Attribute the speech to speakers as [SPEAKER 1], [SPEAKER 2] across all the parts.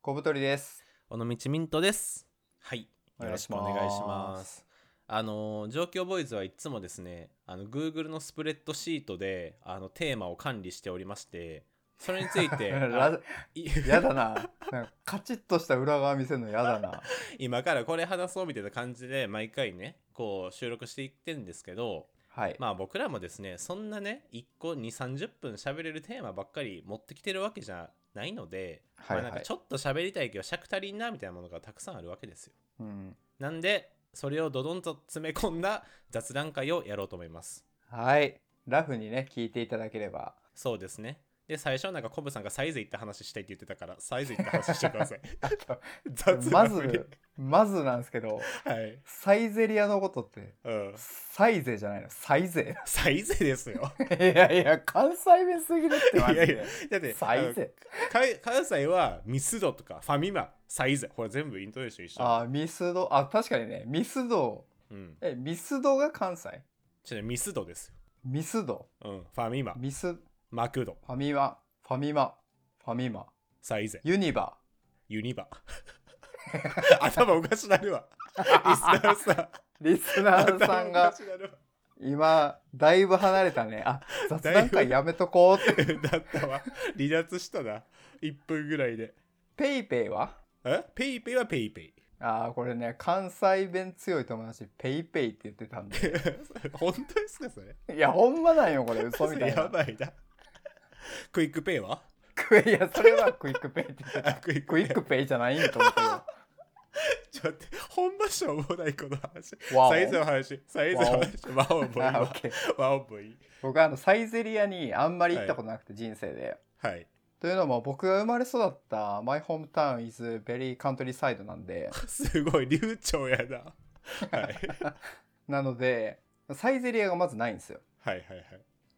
[SPEAKER 1] 小太りです。
[SPEAKER 2] 尾道ミントですはい
[SPEAKER 1] お願
[SPEAKER 2] よろ
[SPEAKER 1] い
[SPEAKER 2] し
[SPEAKER 1] し
[SPEAKER 2] くお
[SPEAKER 1] ます
[SPEAKER 2] 願いしますあのー状況ボーイズはいつもですねあの Google のスプレッドシートであのテーマを管理しておりましてそれについ てあ
[SPEAKER 1] ラ
[SPEAKER 2] い
[SPEAKER 1] やだ な。なんかカチッとした裏側見せるのやだな。
[SPEAKER 2] 今からこれ話そうみたいな感じで毎回ねこう収録していってんですけど
[SPEAKER 1] はい。
[SPEAKER 2] まあ僕らもですねそんなね1個2 3 0分喋れるテーマばっかり持ってきてるわけじゃないので、
[SPEAKER 1] はいはい
[SPEAKER 2] まあ、なんかちょっと喋りたいけど尺足りんなみたいなものがたくさんあるわけですよ
[SPEAKER 1] うん。
[SPEAKER 2] なんでそれをドドンと詰め込んだ雑談会をやろうと思います
[SPEAKER 1] はい。ラフにね、聞いていただければ。
[SPEAKER 2] そうですねで最初はなんかコブさんがサイズいった話したいって言ってたからサイズいった話してくだ さい雑
[SPEAKER 1] ま
[SPEAKER 2] 談振り
[SPEAKER 1] ず、まずなんですけど、
[SPEAKER 2] はい、
[SPEAKER 1] サイゼリアのことって、
[SPEAKER 2] うん、
[SPEAKER 1] サイゼじゃないのサイゼ
[SPEAKER 2] サイズですよ
[SPEAKER 1] いやいや、関西弁すぎるってマジで。
[SPEAKER 2] いやいだって
[SPEAKER 1] サイゼ
[SPEAKER 2] あのか関西はミスドとかファミマサイズこれ全部イントネーション一緒
[SPEAKER 1] あー、ミスド、あ、確かにね、ミスド、
[SPEAKER 2] うん、
[SPEAKER 1] え、ミスドが関西
[SPEAKER 2] ちなみにミスドですよ
[SPEAKER 1] ミスド、
[SPEAKER 2] うん、ファミマ、
[SPEAKER 1] ミス、フ
[SPEAKER 2] マクド、
[SPEAKER 1] ァミマ、ファミマ、ファミマ、
[SPEAKER 2] サイゼ、
[SPEAKER 1] ユニバ。
[SPEAKER 2] ユニバ。頭おかしなるわ。リスナーさん。
[SPEAKER 1] リスナーさん
[SPEAKER 2] 頭お
[SPEAKER 1] が
[SPEAKER 2] かしなるわ
[SPEAKER 1] 今だいぶ離れたねあ雑談会やめとこうって
[SPEAKER 2] だったわ。離脱したな。1分ぐらいで。
[SPEAKER 1] ペイペイは
[SPEAKER 2] えペイペイはペイペイ。
[SPEAKER 1] あーこれね関西弁強い友達ペイペイって言ってたんで
[SPEAKER 2] 本当ですかそれ。
[SPEAKER 1] いやほんまなんよ これ嘘みたい
[SPEAKER 2] や
[SPEAKER 1] な
[SPEAKER 2] ばいな。クイックペイは
[SPEAKER 1] いやそれはクイックペイって言って
[SPEAKER 2] あ
[SPEAKER 1] た
[SPEAKER 2] クイック
[SPEAKER 1] ク
[SPEAKER 2] ペ
[SPEAKER 1] イ
[SPEAKER 2] イ
[SPEAKER 1] ッ。クペイじゃないんと思ったよ
[SPEAKER 2] ちょっと待って、本場所もないこの話。
[SPEAKER 1] わお
[SPEAKER 2] サイズの話、サイズの話、ワオボイ
[SPEAKER 1] あオ
[SPEAKER 2] は
[SPEAKER 1] ッ。ケー
[SPEAKER 2] ワオボイ。
[SPEAKER 1] 僕あのサイゼリアにあんまり行ったことなくて、人生で
[SPEAKER 2] はい。
[SPEAKER 1] というのも僕が生まれ育ったマイホームタウン is very countryside なんです
[SPEAKER 2] ごい、流暢やな。はい。
[SPEAKER 1] なのでサイゼリアがまずないんですよ
[SPEAKER 2] はいはいはい。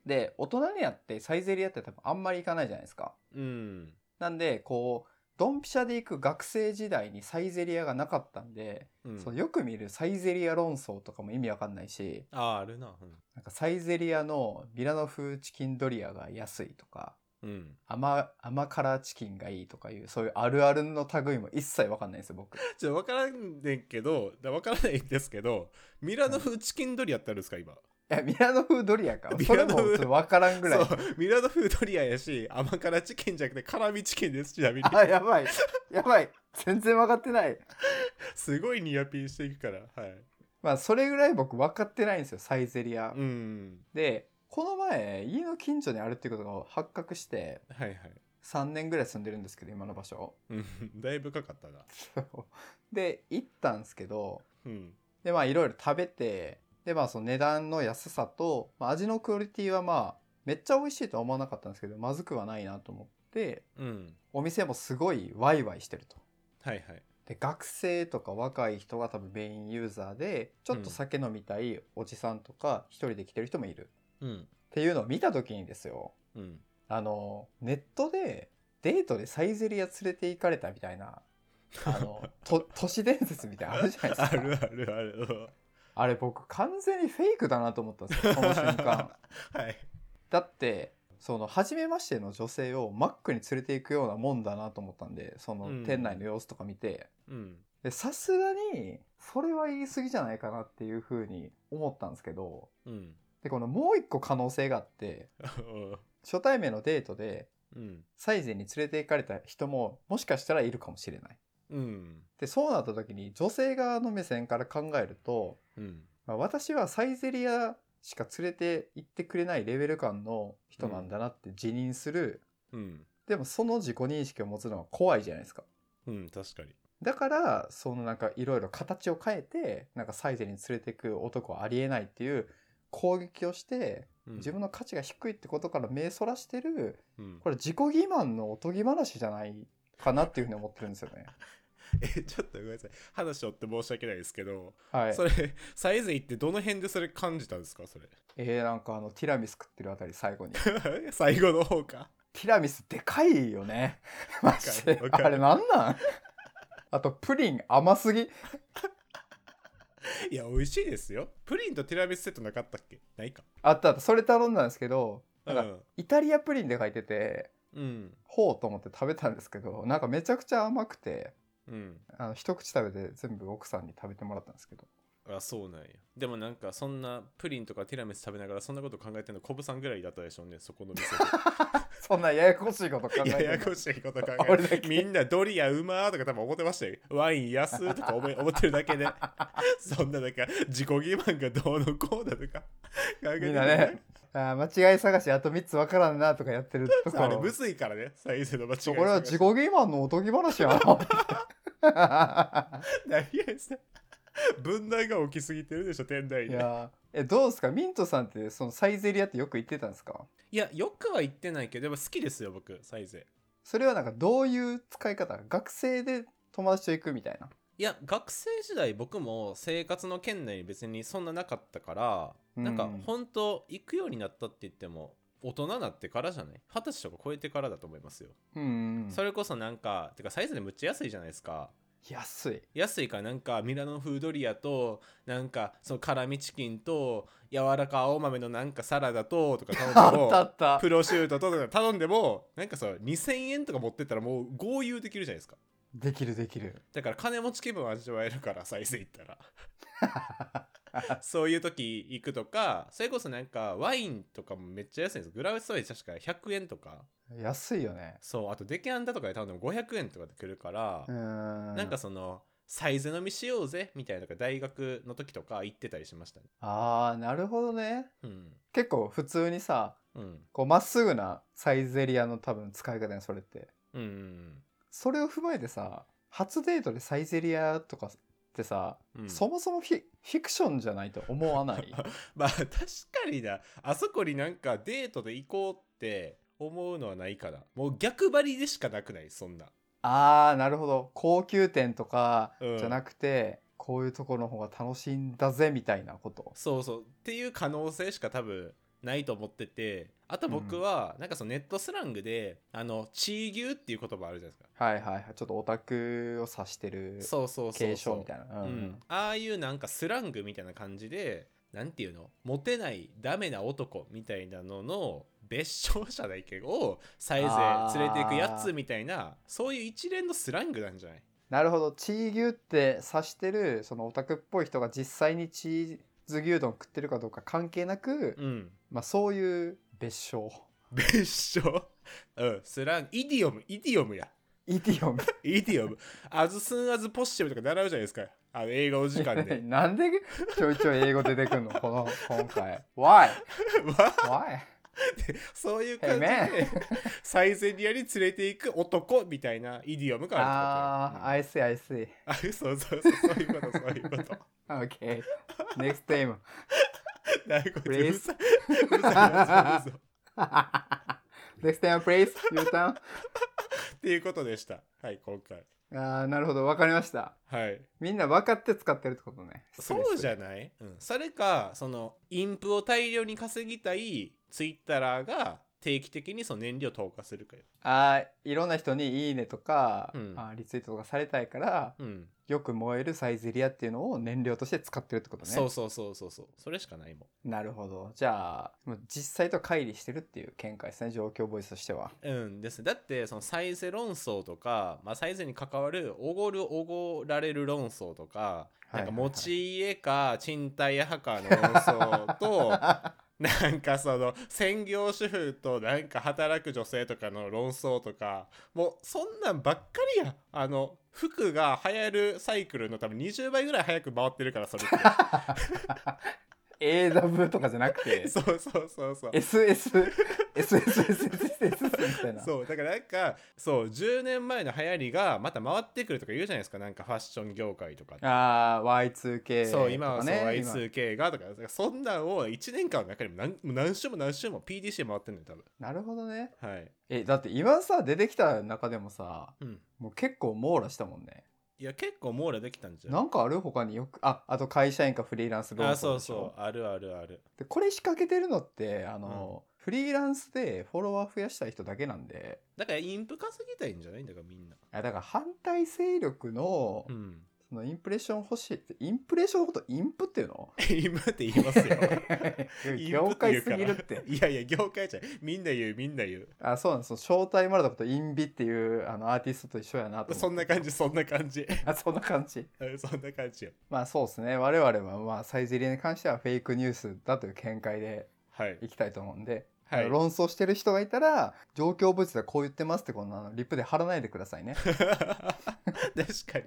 [SPEAKER 1] で大人になってサイゼリアって多分あんまり行かないじゃないですか
[SPEAKER 2] うん。
[SPEAKER 1] なんでこうドンピシャで行く学生時代にサイゼリアがなかったんで、
[SPEAKER 2] うん
[SPEAKER 1] そのよく見るサイゼリア論争とかも意味わかんないし
[SPEAKER 2] ああ、あるな。
[SPEAKER 1] なんかサイゼリアのミラノ風チキンドリアが安いとか
[SPEAKER 2] うん。うん、
[SPEAKER 1] 甘甘辛チキンがいいとかいうそういうあるあるの類も一切わかんないんですよ僕
[SPEAKER 2] ちょっと分からんねんけど、だ分からないんですけど、ミラノ風チキンドリアってあるんですか、今。
[SPEAKER 1] いやミラノ風ドリア か
[SPEAKER 2] ミ
[SPEAKER 1] それ
[SPEAKER 2] ラノ
[SPEAKER 1] も
[SPEAKER 2] 風
[SPEAKER 1] わからんぐらい
[SPEAKER 2] そう、ミラノ風ドリアやし、甘辛チキンじゃなくて、辛味チキンです、ちなみに。
[SPEAKER 1] あやばいやばい全然分かってない
[SPEAKER 2] すごいニアピンしていくから。はい。
[SPEAKER 1] まあそれぐらい僕分かってないんですよサイゼリア
[SPEAKER 2] うん。
[SPEAKER 1] でこの前家の近所にあるっていうことが発覚して
[SPEAKER 2] はいはい。
[SPEAKER 1] 3年ぐらい住んでるんですけど今の場所
[SPEAKER 2] うん、 だいぶかかったな。
[SPEAKER 1] で行ったんですけど
[SPEAKER 2] うん。
[SPEAKER 1] でまあいろいろ食べてでまあその値段の安さと、まあ、味のクオリティはまあめっちゃ美味しいとは思わなかったんですけどまずくはないなと思って
[SPEAKER 2] うん。
[SPEAKER 1] お店もすごいワイワイしてると。
[SPEAKER 2] はいはい。
[SPEAKER 1] で学生とか若い人が多分メインユーザーでちょっと酒飲みたいおじさんとか一人で来てる人もいる
[SPEAKER 2] うん。
[SPEAKER 1] っていうのを見た時にですよ
[SPEAKER 2] うん。
[SPEAKER 1] あのネットでデートでサイゼリア連れて行かれたみたい なあのと都市伝説みたいなのあるじゃないですか
[SPEAKER 2] あるあるある。
[SPEAKER 1] あれ僕完全にフェイクだなと思ったんですよこの瞬 間
[SPEAKER 2] はい。
[SPEAKER 1] だってその初めましての女性をマックに連れて行くようなもんだなと思ったんでその
[SPEAKER 2] うん
[SPEAKER 1] 店内の様子とか見て
[SPEAKER 2] うん。
[SPEAKER 1] でさすがにそれは言い過ぎじゃないかなっていうふうに思ったんですけど
[SPEAKER 2] うん。
[SPEAKER 1] でこのもう一個可能性があって初対面のデートで
[SPEAKER 2] うん。
[SPEAKER 1] サイゼに連れて行かれた人ももしかしたらいるかもしれない。
[SPEAKER 2] うん。
[SPEAKER 1] でそうなった時に女性側の目線から考えると、
[SPEAKER 2] うん。
[SPEAKER 1] まあ、私はサイゼリアしか連れて行ってくれないレベル感の人なんだなって自認する、
[SPEAKER 2] うん。
[SPEAKER 1] でもその自己認識を持つのは怖いじゃないですか。
[SPEAKER 2] うん、確かに。
[SPEAKER 1] だからそのなんかいろいろ形を変えてなんかサイゼに連れてく男はありえないっていう攻撃をして
[SPEAKER 2] うん
[SPEAKER 1] 自分の価値が低いってことから目そらしてる
[SPEAKER 2] うん
[SPEAKER 1] これ自己欺瞞のおとぎ話じゃないかなっていうふうに思ってるんですよ ね。
[SPEAKER 2] えちょっとごめんなさい話をって申し訳ないですけど、
[SPEAKER 1] はい
[SPEAKER 2] そ、れサイゼ行ってどの辺でそれ感じたんですかそれ
[SPEAKER 1] えー、なんかあのティラミス食ってるあたり最後にテ
[SPEAKER 2] 最後の方か
[SPEAKER 1] ィラミスでかいよねマジで
[SPEAKER 2] わかるわかる
[SPEAKER 1] あれなんなんあとプリン甘すぎ
[SPEAKER 2] いや美味しいですよプリンとティラミスセットなかったっけないか
[SPEAKER 1] あったあったそれ頼んだんですけどなんか
[SPEAKER 2] うん
[SPEAKER 1] イタリアプリンで書いてて
[SPEAKER 2] うん
[SPEAKER 1] ほうと思って食べたんですけどなんかめちゃくちゃ甘くて
[SPEAKER 2] うん
[SPEAKER 1] あの一口食べて全部奥さんに食べてもらったんですけど
[SPEAKER 2] あそうなんやでもなんかそんなプリンとかティラミス食べながらそんなこと考えてんのコブさんぐらいだったでしょうねそこの店で
[SPEAKER 1] そんなややこしいこと考えて
[SPEAKER 2] や
[SPEAKER 1] ない
[SPEAKER 2] やこしいこと考
[SPEAKER 1] 俺
[SPEAKER 2] え
[SPEAKER 1] だ
[SPEAKER 2] て
[SPEAKER 1] け
[SPEAKER 2] みんなドリアうまーとか多分思ってましたよワイン安ーとか思い思ってるだけで そんななんか自己欺瞞がどうのこうだとか考えて
[SPEAKER 1] みんなねあー間違い探しあと3つわからんなとかやってるとこ
[SPEAKER 2] あれむずいからね再生の間違い
[SPEAKER 1] そうこれは自己
[SPEAKER 2] 欺
[SPEAKER 1] 欺瞞のおとぎ話やな
[SPEAKER 2] 何やさ 分断が起きすぎてるでしょ店内
[SPEAKER 1] い
[SPEAKER 2] でいや
[SPEAKER 1] やーえどうですかミントさんってそのサイゼリアってよく行ってたんですか
[SPEAKER 2] よくは言ってないけどでも好きですよ僕サイゼ
[SPEAKER 1] それはなんかどういう使い方学生で友達と行くみたいない
[SPEAKER 2] や学生時代僕も生活の圏内に別にそんななかったから、
[SPEAKER 1] うん
[SPEAKER 2] なんか本当行くようになったって言っても大人になってからじゃない二十歳とか超えてからだと思いますよ、
[SPEAKER 1] うん、うん、
[SPEAKER 2] それこそなんかてかサイズでむっちゃ安いじゃないですか
[SPEAKER 1] 安 い
[SPEAKER 2] 安いからなんかミラノ風ドリアとなんかその辛味チキンと柔らか青豆のなんかサラダととか
[SPEAKER 1] あ
[SPEAKER 2] 頼
[SPEAKER 1] っ
[SPEAKER 2] んで
[SPEAKER 1] たあ
[SPEAKER 2] も
[SPEAKER 1] った
[SPEAKER 2] プロシュートととか頼んでもなんかさ2000円とか持ってったらもう豪遊できるじゃないですか
[SPEAKER 1] できるできる
[SPEAKER 2] だから金持ち気分を味わえるから再生行ったら そういう時行くとかそれこそなんかワインとかもめっちゃ安いんですグラスワイン確か100円とか
[SPEAKER 1] 安いよね
[SPEAKER 2] そうあとデケアンダとかで頼んでも500円とかで来るから
[SPEAKER 1] う、ん
[SPEAKER 2] なんかそのサイズ飲みしようぜみたいなとか大学の時とか行ってたりしましたね
[SPEAKER 1] ああなるほどね
[SPEAKER 2] うん
[SPEAKER 1] 結構普通にさ
[SPEAKER 2] うん
[SPEAKER 1] こうまっすぐなサイゼリアの多分使い方にそれって
[SPEAKER 2] うんうん
[SPEAKER 1] それを踏まえてさ初デートでサイゼリアとかってさ、
[SPEAKER 2] うんうん
[SPEAKER 1] そもそもフィフィクションじゃないと思わない
[SPEAKER 2] まあ確かになあそこになんかデートで行こうって思うのはないからもう逆張りでしかなくないそんな
[SPEAKER 1] あーなるほど高級店とか
[SPEAKER 2] うん
[SPEAKER 1] じゃなくて、こういうところの方が楽しいんだぜみたいなこと
[SPEAKER 2] そうそうっていう可能性しか多分ないと思っててあと僕はなんかそのネットスラングで、あのチー牛っていう言葉あるじゃないですか
[SPEAKER 1] はいはいはいちょっとオタクを指してる
[SPEAKER 2] そうそうそう
[SPEAKER 1] 継
[SPEAKER 2] そ
[SPEAKER 1] 承
[SPEAKER 2] う
[SPEAKER 1] みたいな
[SPEAKER 2] う
[SPEAKER 1] うんん
[SPEAKER 2] ああいうなんかスラングみたいな感じでなんていうのモテないダメな男みたいなのの別称者だけどをサイズへ連れていくやつみたいなそういう一連のスラングなんじゃない
[SPEAKER 1] なるほどチー牛って指してるそのオタクっぽい人が実際にチーズ牛丼食ってるかどうか関係なく、
[SPEAKER 2] うん
[SPEAKER 1] まあそういう別称
[SPEAKER 2] 別称うんスラングイディオムイディオムや
[SPEAKER 1] イディオム
[SPEAKER 2] イディオム、アズスンアズポッシブルとか習うじゃないですか。あの映画お時間 で。
[SPEAKER 1] なんでちょいちょい英語出てくんのこ の今回 Why?
[SPEAKER 2] わ
[SPEAKER 1] Why?
[SPEAKER 2] そういう感じ
[SPEAKER 1] へ
[SPEAKER 2] で、サイゼリアに連れていく男みたいなイディオムが
[SPEAKER 1] あー、
[SPEAKER 2] ある
[SPEAKER 1] I see, I see.
[SPEAKER 2] ってこと、うんあそうそうそう、そういうこと、そういうこと。
[SPEAKER 1] Okay. Next time.
[SPEAKER 2] なるほど。
[SPEAKER 1] Please
[SPEAKER 2] うざいうざいうざいうざい
[SPEAKER 1] Next time, please. You turn.
[SPEAKER 2] っていうことでした。はい、今回。
[SPEAKER 1] あー、なるほど。わかりました。
[SPEAKER 2] はい。
[SPEAKER 1] みんな分かって使ってるってことね。
[SPEAKER 2] そうじ
[SPEAKER 1] ゃ
[SPEAKER 2] ゃない、うん、それか、その、インプを大量に稼ぎたいツイッターが定期的にその燃料投下するかよ。
[SPEAKER 1] あー、いろんな人にいいねとか、
[SPEAKER 2] うん
[SPEAKER 1] あーリツイートとかされたいから、
[SPEAKER 2] うん。
[SPEAKER 1] よく燃えるサイゼリアっていうのを燃料として使ってるってことね。
[SPEAKER 2] そうそうそうそうそう。それしかないもん。
[SPEAKER 1] なるほど。じゃあ、もう実際と乖離してるっていう見解ですね。状況ボイスとしては。
[SPEAKER 2] うんですねだってそのサイゼ論争とか、まあ、サイゼに関わるおごるおごられる論争とか,、
[SPEAKER 1] はいはいはい
[SPEAKER 2] なんか持ち家か賃貸派かの論争 となんかその専業主婦となんか働く女性とかの論争とかもうそんなんばっかりやあの服が流行るサイクルの多分20倍ぐらい早く回ってるからそ れっ
[SPEAKER 1] AW とかじゃなくて
[SPEAKER 2] てそうそうそうそう
[SPEAKER 1] SS SSSSSS みたいな
[SPEAKER 2] そうだからなんかそう10年前の流行りがまた回ってくるとか言うじゃないですかなんかファッション業界とかって
[SPEAKER 1] あー Y2K とか、ね、
[SPEAKER 2] そう今はそう
[SPEAKER 1] 今
[SPEAKER 2] Y2K がとかそんなんを1年間の中でも何もう何週も何週も PDC 回ってんのよ多分
[SPEAKER 1] なるほどね
[SPEAKER 2] はい、
[SPEAKER 1] えだって今さ出てきた中でもさ
[SPEAKER 2] うん、
[SPEAKER 1] もう結構網羅したもんね
[SPEAKER 2] いや結構網羅できたんじゃん
[SPEAKER 1] なんかある他によくああと会社員かフリーランスローン
[SPEAKER 2] あそうそうあるあるある
[SPEAKER 1] でこれ仕掛けてるのってあの、フリーランスでフォロワー増やしたい人だけなんで
[SPEAKER 2] だからインプ稼ぎたいんじゃないんだからみんな
[SPEAKER 1] あだから反対勢力の
[SPEAKER 2] うん
[SPEAKER 1] そのインプレッション欲しいってインプレッションのことインプっていうの
[SPEAKER 2] 今って言いますよ
[SPEAKER 1] 業界すぎるって
[SPEAKER 2] いやいや業界じゃないみんな言うみんな言う
[SPEAKER 1] あそうなんですその招待もらったことインビっていうあのアーティストと一緒やなと思って
[SPEAKER 2] そんな感じそんな感じ
[SPEAKER 1] あそんな感じ
[SPEAKER 2] うんそんな感じよ
[SPEAKER 1] まあそうですね我々はまあサイゼリヤに関してはフェイクニュースだという見解で
[SPEAKER 2] はい
[SPEAKER 1] いきたいと思うんで、
[SPEAKER 2] は
[SPEAKER 1] あの
[SPEAKER 2] い
[SPEAKER 1] 論争してる人がいたら状況物ではこう言ってますってこんなのリップで貼らないでくださ いね
[SPEAKER 2] 確か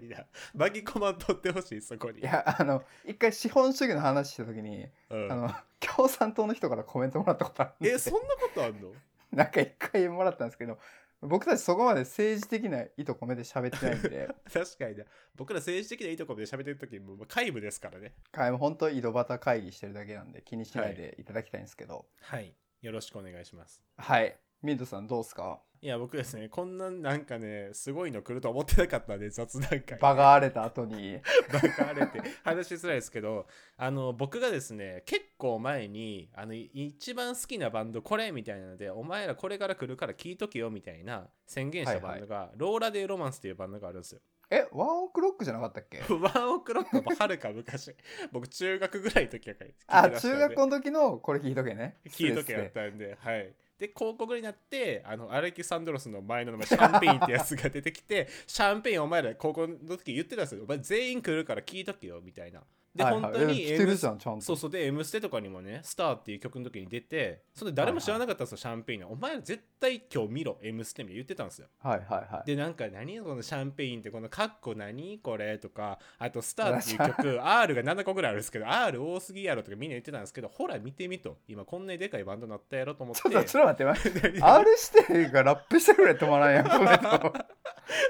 [SPEAKER 2] にな紛ぎ込まんとってほしいそこに
[SPEAKER 1] いやあの一回資本主義の話した時に、
[SPEAKER 2] うん
[SPEAKER 1] あの共産党の人からコメントもらったことあるんで
[SPEAKER 2] えそんなことあんの
[SPEAKER 1] なんか一回もらったんですけど僕たちそこまで政治的な意図込めて喋ってないんで
[SPEAKER 2] 確かにな僕ら政治的ないいとこで喋ってる時もう皆無ですからね
[SPEAKER 1] はいもう本当井戸端会議してるだけなんで気にしないでいただきたいんですけど
[SPEAKER 2] はいよろしくお願いします
[SPEAKER 1] はい、ミントさんどうですか
[SPEAKER 2] いや僕ですねこんななんかねすごいの来ると思ってなかったんで雑談会
[SPEAKER 1] 場が荒れた後に
[SPEAKER 2] バカあれって話しづらいですけどあの僕がですね結構前にあのい一番好きなバンドこれみたいなのでお前らこれから来るから聴いとけよみたいな宣言したバンドが、ローラ・デイ・ロマンスっていうバンドがあるんですよ。
[SPEAKER 1] えワンオクロックじゃなかったっ け
[SPEAKER 2] ワンオクロックもはるか昔僕中学ぐらいの時から聞いて
[SPEAKER 1] あ
[SPEAKER 2] らしたん
[SPEAKER 1] 中学
[SPEAKER 2] で
[SPEAKER 1] 校の時のこれ聞いとけね
[SPEAKER 2] 聞いとけやったんで、はい。で、広告になって、あの、アレキサンドロスの前の名前、シャンペインってやつが出てきて、 シャンペインお前ら高校の時言ってたんですよ。お前全員来るから聞いとけよ、みたいな。で、
[SPEAKER 1] はいはい
[SPEAKER 2] 本当に
[SPEAKER 1] え来て
[SPEAKER 2] M
[SPEAKER 1] る
[SPEAKER 2] ス
[SPEAKER 1] じゃんちゃんと
[SPEAKER 2] そうそうで「M ステ」とかにもね「スター」っていう曲の時に出てそれで誰も知らなかったんですよ、シャンペインのお前ら絶対今日見ろ「M ステ」みたいな言ってたんですよ
[SPEAKER 1] はいはいはい
[SPEAKER 2] でなんか何このシャンペインってこのカッコ何これとかあとスターっていう曲 R が7個ぐらいあるんですけど R 多すぎやろとかみんな言ってたんですけどほら見てみと今こんなにでかいバンドになったやろと思って
[SPEAKER 1] ちょっとちょっと待って待って
[SPEAKER 2] 何
[SPEAKER 1] R してがラップしてくれ止まら んやんこれ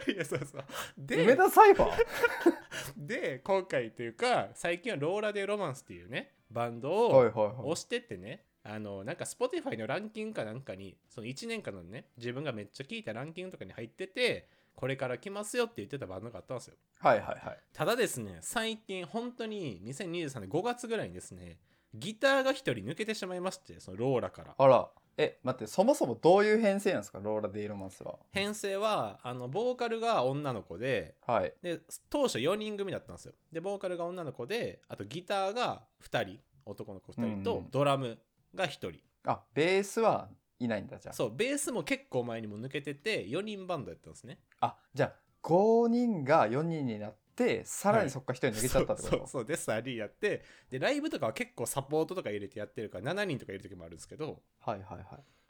[SPEAKER 1] と
[SPEAKER 2] いやそうそう
[SPEAKER 1] 梅
[SPEAKER 2] で
[SPEAKER 1] 田サイファー
[SPEAKER 2] で今回というか最近はローラ・デ・ロマンスっていうねバンド
[SPEAKER 1] はいはい
[SPEAKER 2] を
[SPEAKER 1] はい
[SPEAKER 2] 押してってねあのなんか Spotify のランキングかなんかにその1年間のね自分がめっちゃ聴いたランキングとかに入っててこれから来ますよって言ってたバンドがあったんですよ
[SPEAKER 1] はいはいはい
[SPEAKER 2] ただですね最近本当に2023年5月ぐらいにですねギターが1人抜けてしまいましてそのローラから
[SPEAKER 1] あらえ待ってそもそもどういう編成なんですかローラ・デイ・ロマンスは
[SPEAKER 2] 編成はあのボーカルが女の子で
[SPEAKER 1] はい
[SPEAKER 2] で当初4人組だったんですよでボーカルが女の子であとギターが2人男の子2人
[SPEAKER 1] うんう
[SPEAKER 2] と
[SPEAKER 1] ん
[SPEAKER 2] ドラムが1人、
[SPEAKER 1] あベースはいないんだじゃあ
[SPEAKER 2] そうベースも結構前にも抜けてて4人バンドやったんですね
[SPEAKER 1] あじゃあ5人が4人になってさらにそっから1人抜けちゃったってこと、
[SPEAKER 2] そうそうそうでサリーやってでライブとかは結構サポートとか入れてやってるから7人とかいる時もあるんですけど
[SPEAKER 1] はいはいはい、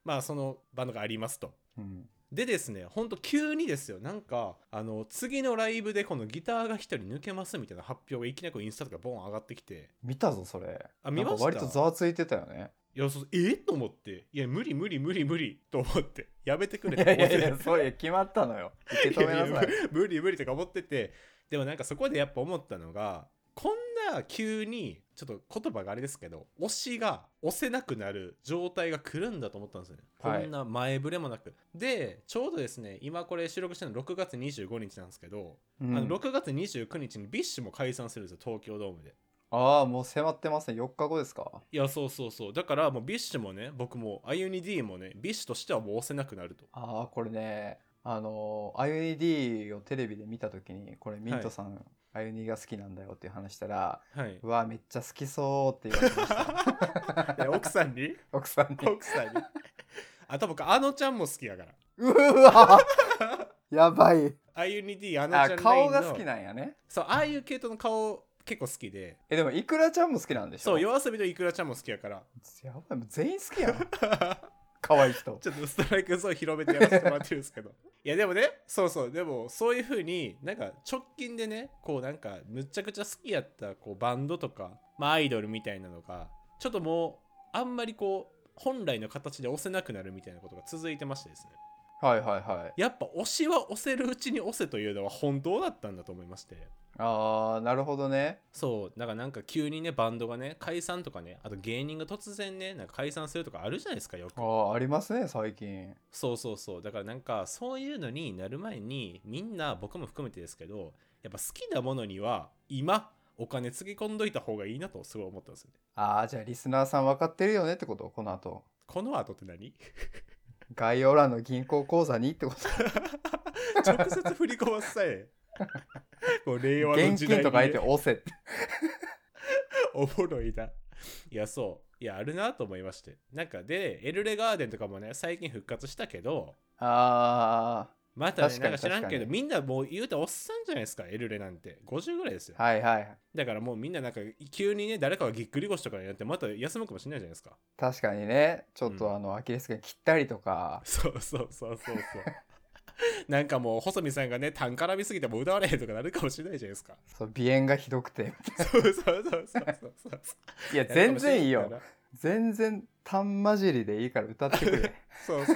[SPEAKER 2] まあそのバンドがありますと
[SPEAKER 1] うん、
[SPEAKER 2] でですねほんと急にですよなんかあの次のライブでこのギターが1人抜けますみたいな発表がいきなりこうインスタとかボン上がってきて
[SPEAKER 1] 見たぞそれ
[SPEAKER 2] あ見ました
[SPEAKER 1] なんか割とざわついてたよね
[SPEAKER 2] いやそうえと思っていや無理無理無理無理と思ってやめてく
[SPEAKER 1] い
[SPEAKER 2] れと
[SPEAKER 1] や
[SPEAKER 2] 思っ
[SPEAKER 1] いや
[SPEAKER 2] て
[SPEAKER 1] いやそういう決まったのよ受け止めないさ
[SPEAKER 2] や
[SPEAKER 1] い
[SPEAKER 2] いや無理無理とか思っててでもなんかそこでやっぱ思ったのがこんな急にちょっと言葉があれですけど推しが押せなくなる状態が来るんだと思ったんですよね、
[SPEAKER 1] はい
[SPEAKER 2] こんな前触れもなくでちょうどですね今これ収録してるの6月25日なんですけど、
[SPEAKER 1] うん
[SPEAKER 2] あの6月29日にビッシュも解散するんですよ東京ドームで
[SPEAKER 1] ああもう迫ってますね4日後ですか
[SPEAKER 2] いやそうそうそうだからもうビッシュもね僕もあゆに D もねビッシュとしてはもう押せなくなると
[SPEAKER 1] ああこれねあの IUD をテレビで見た時にこれミントさん、アユニが好きなんだよっていう話したら
[SPEAKER 2] はいう
[SPEAKER 1] わめっちゃ好きそうって言われました
[SPEAKER 2] え奥さんに
[SPEAKER 1] 奥さんに
[SPEAKER 2] 奥さんにあと僕あのちゃんも好きやから
[SPEAKER 1] うわ やばい
[SPEAKER 2] あゆに D あのちゃん
[SPEAKER 1] あ
[SPEAKER 2] ラインの
[SPEAKER 1] 顔が好きなんやね
[SPEAKER 2] そうああいう系統の顔結構好きで
[SPEAKER 1] えでもいくらちゃんも好きなんでしょ
[SPEAKER 2] そう夜遊びとイクラちゃんも好きやから
[SPEAKER 1] やばいもう全員好きや ん可愛い人
[SPEAKER 2] ちょっとストライクゾーン広めてやらせてもらってるんですけどいやでもねそうそうでもそういう風になんか直近でねこうなんかむちゃくちゃ好きやったこうバンドとか、まあ、アイドルみたいなのがちょっともうあんまりこう本来の形で押せなくなるみたいなことが続いてましてですね
[SPEAKER 1] はいはいはい
[SPEAKER 2] やっぱ押しは押せるうちに押せというのは本当だったんだと思いまして
[SPEAKER 1] あーなるほどね
[SPEAKER 2] そうだからなんか急にねバンドがね解散とかねあと芸人が突然ねなんか解散するとかあるじゃないですかよく
[SPEAKER 1] あーありますね最近
[SPEAKER 2] そうそうそうだからなんかそういうのになる前にみんな僕も含めてですけどやっぱ好きなものには今お金つぎ込んどいた方がいいなとすごい思ったんですよね
[SPEAKER 1] ああじゃあリスナーさん分かってるよねってことこの後
[SPEAKER 2] この後って何
[SPEAKER 1] 概要欄の銀行口座にってこと
[SPEAKER 2] 直接振り込ませさえこう令和の
[SPEAKER 1] 現
[SPEAKER 2] 時
[SPEAKER 1] 金
[SPEAKER 2] 代に
[SPEAKER 1] とか言って押せって。
[SPEAKER 2] おもろいな。いや、そう。いや、あるなと思いまして。なんかで、エルレガーデンとかもね、最近復活したけど、
[SPEAKER 1] あ
[SPEAKER 2] またね、
[SPEAKER 1] 確か
[SPEAKER 2] な
[SPEAKER 1] に
[SPEAKER 2] んか知らんけ
[SPEAKER 1] 確か
[SPEAKER 2] ど、
[SPEAKER 1] に
[SPEAKER 2] みんなもう言うておっさんじゃないですか、エルレなんて。50ぐらいですよ。
[SPEAKER 1] ー、はいはい。
[SPEAKER 2] だからもうみんななんか、急にね、誰かがぎっくり腰とかになって、また休むかもしれないじゃないですか。
[SPEAKER 1] 確かにね、ちょっ
[SPEAKER 2] う
[SPEAKER 1] とあの、アキレス腱切ったりとか、
[SPEAKER 2] そうそうそう そうそう。なんかもう、細見さんがね、単絡みすぎてもう歌われへんとかなるかもしれないじゃないですか。
[SPEAKER 1] そう鼻炎がひどくて。
[SPEAKER 2] そうそうそうそうそうそう。
[SPEAKER 1] いや、全然いいよ。全然、単混じりでいいから歌ってくれ。
[SPEAKER 2] そうそう。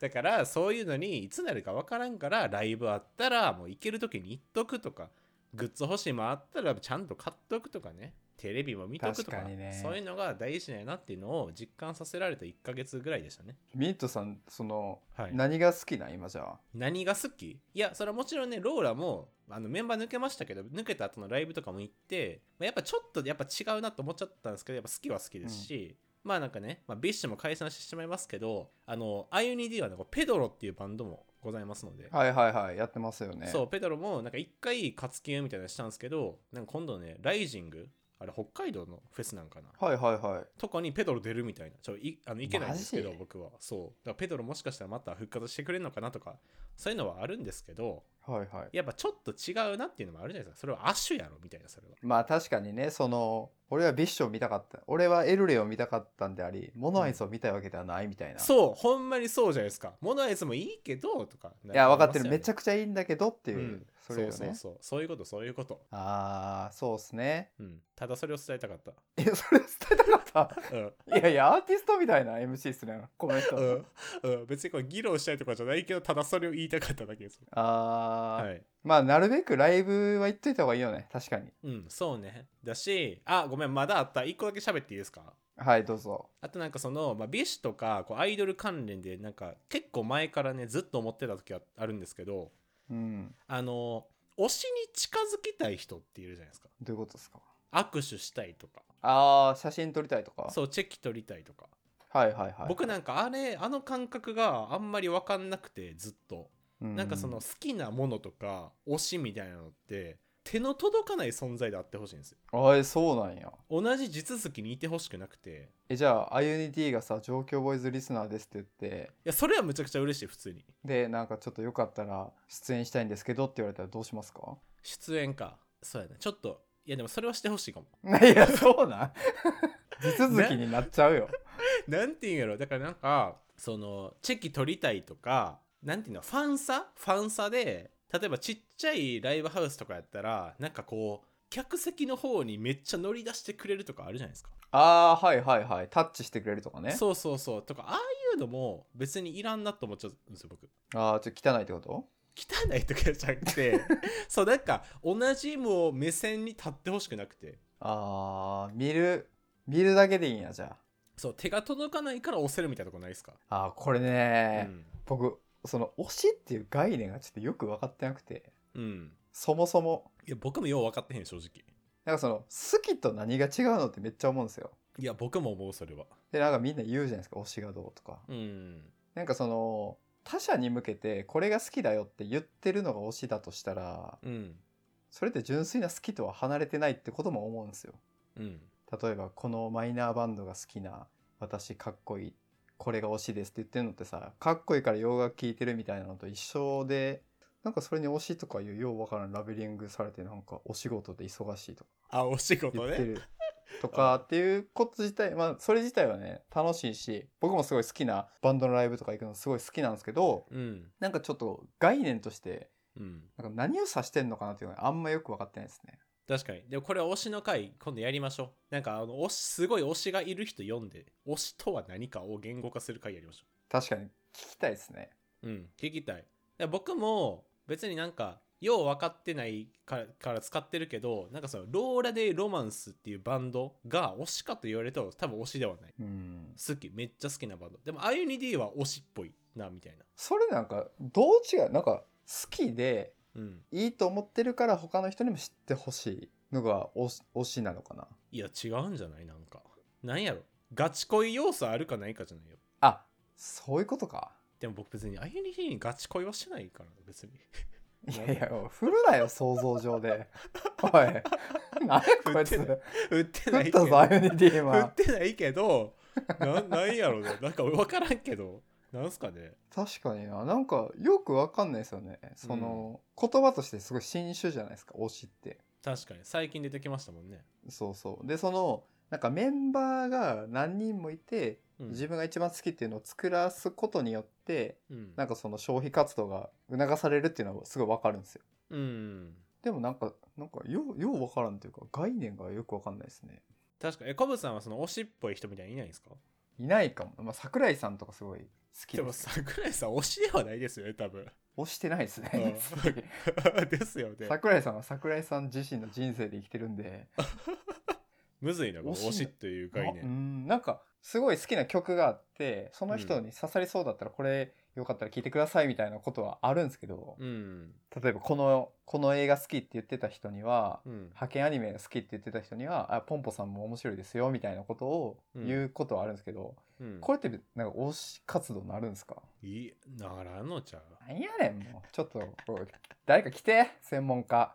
[SPEAKER 2] だから、そういうのにいつなるかわからんから、ライブあったら、もう行ける時に行っとくとか、グッズ欲しいもんあったら、ちゃんと買っとくとかね、テレビも見とくとか
[SPEAKER 1] 確かにね
[SPEAKER 2] そういうのが大事だよなっていうのを実感させられた1ヶ月ぐらいでしたね。
[SPEAKER 1] ミートさん、その、
[SPEAKER 2] はい。
[SPEAKER 1] 何が好きなん今じゃあ。
[SPEAKER 2] 何が好きいや、それはもちろんね、ローラも、あの、メンバー抜けましたけど、抜けた後のライブとかも行って、まあやっぱちょっと、やっぱ違うなと思っちゃったんですけど、やっぱ好きは好きですし、まあなんかね、まあ、ビッシュも解散してしまいますけど、あの、アユニディはなんかペドロっていうバンドもございますので、
[SPEAKER 1] はいはいはい、やってますよね。
[SPEAKER 2] そう、ペドロもなんか一回活休みたいなのしたんですけど、なんか今度ね、ライジング、あれ北海道のフェスなんかな
[SPEAKER 1] はいはいはい。
[SPEAKER 2] とかにペドロ出るみたいな。ちょ、い、あの、いけないんですけど
[SPEAKER 1] マジ、
[SPEAKER 2] 僕は。そう。だからペドロもしかしたらまた復活してくれるのかなとか、そういうのはあるんですけど、
[SPEAKER 1] はいはい。
[SPEAKER 2] やっぱちょっと違うなっていうのもあるじゃないですか。それはアッシュやろみたいな、それは。
[SPEAKER 1] まあ確かにね、その、俺はビッシュを見たかった。俺はエルレを見たかったんであり、モノアイスを見たいわけではないみたいな。う。
[SPEAKER 2] そう、ほんまにそうじゃないですか。モノアイズもいいけど、とか。
[SPEAKER 1] いや、分かってる。めちゃ
[SPEAKER 2] く
[SPEAKER 1] くちゃいいんだけどって
[SPEAKER 2] ち
[SPEAKER 1] いう、それよね。
[SPEAKER 2] そうそうそう。そういうこと、そういうこと。
[SPEAKER 1] ああ、そうっすね。
[SPEAKER 2] うん。ただそれを伝えたかった。
[SPEAKER 1] え、それ伝えたかっ
[SPEAKER 2] うん。
[SPEAKER 1] た。いやいや、アーティストみたいな MC っすね、この人。
[SPEAKER 2] うん。うん、別にこれ議論したいとかじゃないけど、ただそれを言いたかっただけです。
[SPEAKER 1] あー、
[SPEAKER 2] はい。
[SPEAKER 1] まあ、なるべくライブは行っといた方がいいよね。確かに。
[SPEAKER 2] うん、そうね。だし、あ、ごめん、まだあった。一個だけ喋っていいですか
[SPEAKER 1] はい、どうぞ。
[SPEAKER 2] あとなんかその、まあ、ビシュとかこうアイドル関連でなんか結構前からねずっと思ってた時はあるんですけど
[SPEAKER 1] うん。
[SPEAKER 2] あの推しに近づきたい人っているじゃないですか
[SPEAKER 1] どういうことですか
[SPEAKER 2] 握手したいとか
[SPEAKER 1] ああ、写真撮りたいとか。
[SPEAKER 2] そうチェキ取りたいとか、
[SPEAKER 1] はいはいはい。
[SPEAKER 2] 僕なんかあれあの感覚があんまり分かんなくてずっと、
[SPEAKER 1] う
[SPEAKER 2] なんかその好きなものとか推しみたいなのって手の届かない存在であってほしいんですよ
[SPEAKER 1] あえそうなんや
[SPEAKER 2] 同じ地続きにいてほしくなくて
[SPEAKER 1] えじゃあアユニティがさ「状況ボーイズリスナーです」って言って
[SPEAKER 2] いやそれはむちゃくちゃ嬉しい普通に
[SPEAKER 1] でなんかちょっとよかったら出演したいんですけどって言われたらどうしますか
[SPEAKER 2] 出演かそうやねちょっといやでもそれはして ほしいかも
[SPEAKER 1] いやそうなん地続きになっちゃうよ、
[SPEAKER 2] なんていうんやろだからなんかそのチェキ取りたいとかなんていうのファンサファンサで例えばちっちゃいライブハウスとかやったらなんかこう客席の方にめっちゃ乗り出してくれるとかあるじゃないですか、
[SPEAKER 1] ああーはいはいはいタッチしてくれるとかね
[SPEAKER 2] そうそうそうとかああいうのも別にいらんなと思っちゃうんですよ僕
[SPEAKER 1] ああちょっと汚いってこと
[SPEAKER 2] 汚いとかじゃなくてそうなんか同じもう目線に立ってほしくなくて
[SPEAKER 1] ああ見る見るだけでいいんやじゃ
[SPEAKER 2] そう手が届かないから押せるみたいなとこないですか、
[SPEAKER 1] ああーこれ
[SPEAKER 2] う
[SPEAKER 1] ね、
[SPEAKER 2] ん
[SPEAKER 1] 僕その推しっていう概念がちょっとよく分かってなくて
[SPEAKER 2] うん
[SPEAKER 1] そもそも
[SPEAKER 2] いや僕もよう分かってへん正直
[SPEAKER 1] なんかその好きと何が違うのってめっちゃ思うんですよ
[SPEAKER 2] いや僕も思うそれは
[SPEAKER 1] でなんかみんな言うじゃないですか推しがどうとか
[SPEAKER 2] うん
[SPEAKER 1] なんかその他者に向けてこれが好きだよって言ってるのが推しだとしたら
[SPEAKER 2] うん
[SPEAKER 1] それって純粋な好きとは離れてないってことも思うんですよ
[SPEAKER 2] うん
[SPEAKER 1] 例えばこのマイナーバンドが好きな私かっこいいこれが推しですって言ってるのってさかっこいいから洋楽聴いてるみたいなのと一緒でなんかそれに推しとかいうようわからんラベリングされてなんかお仕事で忙しいとか
[SPEAKER 2] あお仕
[SPEAKER 1] 言
[SPEAKER 2] 事
[SPEAKER 1] って
[SPEAKER 2] ね
[SPEAKER 1] るとかっていうこと自体まあそれ自体はね楽しいし僕もすごい好きなバンドのライブとか行くのすごい好きなんですけど
[SPEAKER 2] うん
[SPEAKER 1] なんかちょっと概念として
[SPEAKER 2] うん
[SPEAKER 1] なんか何を指してんのかなっていうのがあんまよく分かってないですね。
[SPEAKER 2] 確かにでもこれは推しの回今度やりましょうなんかあの推しすごい推しがいる人読んで推しとは何かを言語化する回やりましょ
[SPEAKER 1] 確かに聞きたいですね。
[SPEAKER 2] ううん聞きたいで僕も別になんかよう分かってないからから使ってるけどなんかそのローラ・デイ・ロマンスっていうバンドが推しかと言われると多分推しではない
[SPEAKER 1] うん。
[SPEAKER 2] 好きめっちゃ好きなバンドでもあゆに D は推しっぽいなみたいな
[SPEAKER 1] それなんかどう違うなんか好きで
[SPEAKER 2] うん
[SPEAKER 1] いいと思ってるから他の人にも知ってほしいのが推し推しなのかな。
[SPEAKER 2] いや違うんじゃないなんかなんやろガチ恋要素あるかないかじゃないよ
[SPEAKER 1] あそういうことか。
[SPEAKER 2] でも僕別にアユニヒにガチ恋はしてないから別に
[SPEAKER 1] いやいや、振るなよ、想像上で。 おい。何やこいつ。
[SPEAKER 2] 振っ
[SPEAKER 1] 振
[SPEAKER 2] 売ってない
[SPEAKER 1] っ
[SPEAKER 2] け
[SPEAKER 1] た
[SPEAKER 2] ど
[SPEAKER 1] ぞ、アユニティ
[SPEAKER 2] 振っ
[SPEAKER 1] 今。
[SPEAKER 2] てないけどななんやろねなんか分からんけどなんすかね
[SPEAKER 1] 確かにな。なんか、よくわかんないですよね。その、言葉としてすごい新種じゃないですか、推しって。
[SPEAKER 2] 確かに最近出てきましたもんね、
[SPEAKER 1] そうそう。で、その、なんかメンバーが何人もいて、
[SPEAKER 2] うん、
[SPEAKER 1] 自分が一番好きっていうのを作らすことによって、
[SPEAKER 2] うん
[SPEAKER 1] なんかその消費活動が促されるっていうのはすごいわかるんですよ。
[SPEAKER 2] うん
[SPEAKER 1] でもなんか、なんかよう、ようわからんというか、概念がよくわかんないですね。
[SPEAKER 2] 確かにえコブさんはその推しっぽい人みたいにいないんですか
[SPEAKER 1] いないかも。まあ、桜井さんとかすごい好き
[SPEAKER 2] で
[SPEAKER 1] で
[SPEAKER 2] も
[SPEAKER 1] す。
[SPEAKER 2] 桜井さん推しではないですよね多 分
[SPEAKER 1] 押してない です
[SPEAKER 2] う
[SPEAKER 1] ね
[SPEAKER 2] ん。ですよね
[SPEAKER 1] 桜井さんは桜井さん自身の人生で生きてるんで、
[SPEAKER 2] むずいなこの
[SPEAKER 1] 推し
[SPEAKER 2] 推しっていう概
[SPEAKER 1] う
[SPEAKER 2] 念
[SPEAKER 1] ん、なんか、すごい好きな曲があって、その人に刺さりそうだったら、これ、よかったら聴いてくださいみたいなことはあるんですけど、
[SPEAKER 2] うん
[SPEAKER 1] 例えばこの、この映画好きって言ってた人には、
[SPEAKER 2] うん
[SPEAKER 1] 派遣アニメが好きって言ってた人には、あ、ポンポさんも面白いですよみたいなことを言うことはあるんですけど、
[SPEAKER 2] うん
[SPEAKER 1] これってなんか推し活動になるんですか
[SPEAKER 2] いならんのちゃう
[SPEAKER 1] なんやねんもうちょっとおい誰か来て専門家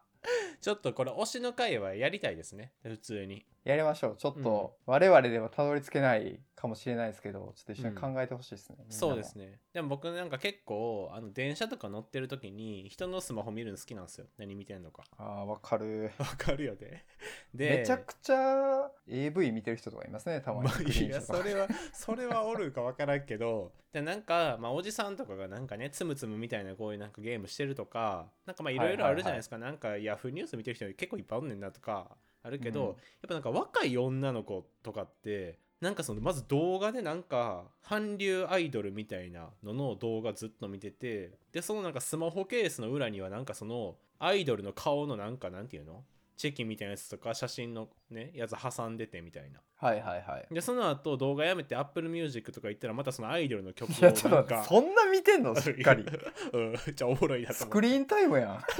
[SPEAKER 2] ちょっとこれ推しの会はやりたいですね普通に
[SPEAKER 1] やりましょうちょっと我々ではたどり着けないかもしれないですけどちょっと一緒に考えてほしいですね、
[SPEAKER 2] そうです
[SPEAKER 1] ね
[SPEAKER 2] ねでも僕なんか結構あの電車とか乗ってる時に人のスマホ見るの好きなんですよ何見てんの か
[SPEAKER 1] あーわかる
[SPEAKER 2] わかるよねで
[SPEAKER 1] めちゃくちゃ AV 見てる人とかいますねたまに
[SPEAKER 2] まあ、
[SPEAKER 1] グリー
[SPEAKER 2] い
[SPEAKER 1] ン車
[SPEAKER 2] や
[SPEAKER 1] とか
[SPEAKER 2] それはそれはおるか分からんけどでなんか、まあ、おじさんとかがなんかねつむつむみたいなこういうなんかゲームしてるとかなんかまあいろいろあるじゃないですか、なんかヤフーニュース見てる人結構いっぱいおんねんなとかあるけど、
[SPEAKER 1] うん
[SPEAKER 2] やっぱなんか若い女の子とかってなんかそのまず動画でなんか韓流アイドルみたいなのの動画ずっと見ててでそのなんかスマホケースの裏にはなんかそのアイドルの顔のなんかなんていうのチェキみたいなやつとか写真のねやつ挟んでてみたいな
[SPEAKER 1] はいはいはい
[SPEAKER 2] でその後動画やめて Apple Music とか行ったらまたそのアイドルの曲を
[SPEAKER 1] いやちょっと
[SPEAKER 2] なん
[SPEAKER 1] 待って
[SPEAKER 2] か
[SPEAKER 1] そんな見てんのしっか り
[SPEAKER 2] うんじゃあおもろいなと
[SPEAKER 1] ス
[SPEAKER 2] 思っ
[SPEAKER 1] クリーンタイムやん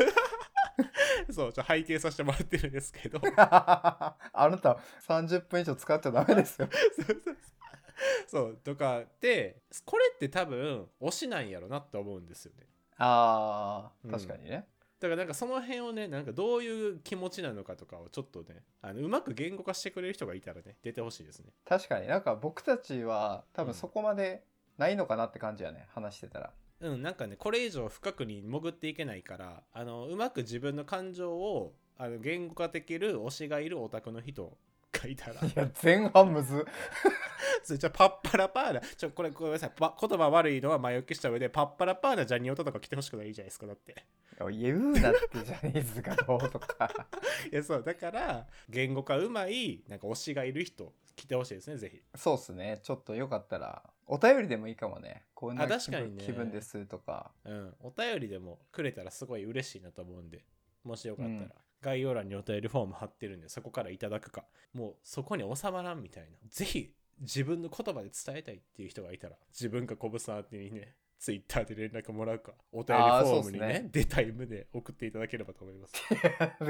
[SPEAKER 2] てそうちょっと拝見させてもらってるんですけど
[SPEAKER 1] あなた30分以上使っちゃダメですよ
[SPEAKER 2] そうとかでこれって多分推しなんやろなって思うんですよね
[SPEAKER 1] あ
[SPEAKER 2] う
[SPEAKER 1] ー
[SPEAKER 2] ん
[SPEAKER 1] 確かにね、
[SPEAKER 2] だからなんかその辺をねなんかどういう気持ちなのかとかをちょっとねあのうまく言語化してくれる人がいたらね出てほしいですね
[SPEAKER 1] 確かになんか僕たちは多
[SPEAKER 2] うん
[SPEAKER 1] 分そこまでないのかなって感じやね話してたら
[SPEAKER 2] うんなんかねこれ以上深くに潜っていけないからあのうまく自分の感情をあの言語化できる推しがいるオタクの人がいたら
[SPEAKER 1] いや前半むず
[SPEAKER 2] それじゃパッパラパーナちょこれごめんなさいば言葉悪いのは前置きした上でパッパラパーナジャニオタとか来てほしくないじゃないですかだって
[SPEAKER 1] いや言うなってジャニーズがどうと か
[SPEAKER 2] いやそうだから言語化うまいなんか推しがいる人来てほしいですねぜひ
[SPEAKER 1] そうっすねちょっとよかったらお便りでもいいかもねこんな
[SPEAKER 2] あ
[SPEAKER 1] 気分
[SPEAKER 2] 確かにね
[SPEAKER 1] 気分ですとか
[SPEAKER 2] うんお便りでもくれたらすごい嬉しいなと思うんでもしよかったら、
[SPEAKER 1] うん
[SPEAKER 2] 概要欄にお便りフォーム貼ってるんでそこからいただくかもうそこに収まらんみたいなぜひ自分の言葉で伝えたいっていう人がいたら自分かコブさん宛てにねツイッターで連絡もらうかお便りフ
[SPEAKER 1] あー
[SPEAKER 2] ォー
[SPEAKER 1] そ
[SPEAKER 2] ム
[SPEAKER 1] うっす
[SPEAKER 2] に
[SPEAKER 1] ね
[SPEAKER 2] ね出たいで送っていただければと思います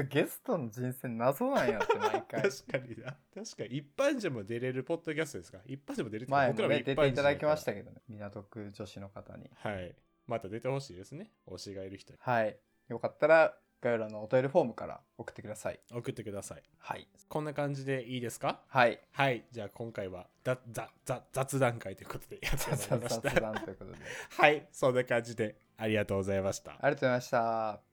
[SPEAKER 1] ゲストの人生謎なんやって毎回
[SPEAKER 2] 確かにな確かに一般人も出れるポッドキャストですか一般人も出れるって
[SPEAKER 1] 前
[SPEAKER 2] 僕
[SPEAKER 1] も
[SPEAKER 2] らも
[SPEAKER 1] ね
[SPEAKER 2] 一般人
[SPEAKER 1] 出ていただきましたたけどね港区女子の方に
[SPEAKER 2] はいまた出てほしいですね推しがいる人に
[SPEAKER 1] はいよかったら概要欄のお便りフォームから送ってください
[SPEAKER 2] 送ってください
[SPEAKER 1] はい
[SPEAKER 2] こんな感じでいいですか
[SPEAKER 1] はい
[SPEAKER 2] はいじゃあ今回はだざざ雑談会ということでやってまいりまし
[SPEAKER 1] 雑
[SPEAKER 2] た
[SPEAKER 1] 談ということで
[SPEAKER 2] はいそんな感じでありがとうございました
[SPEAKER 1] ありがとうございました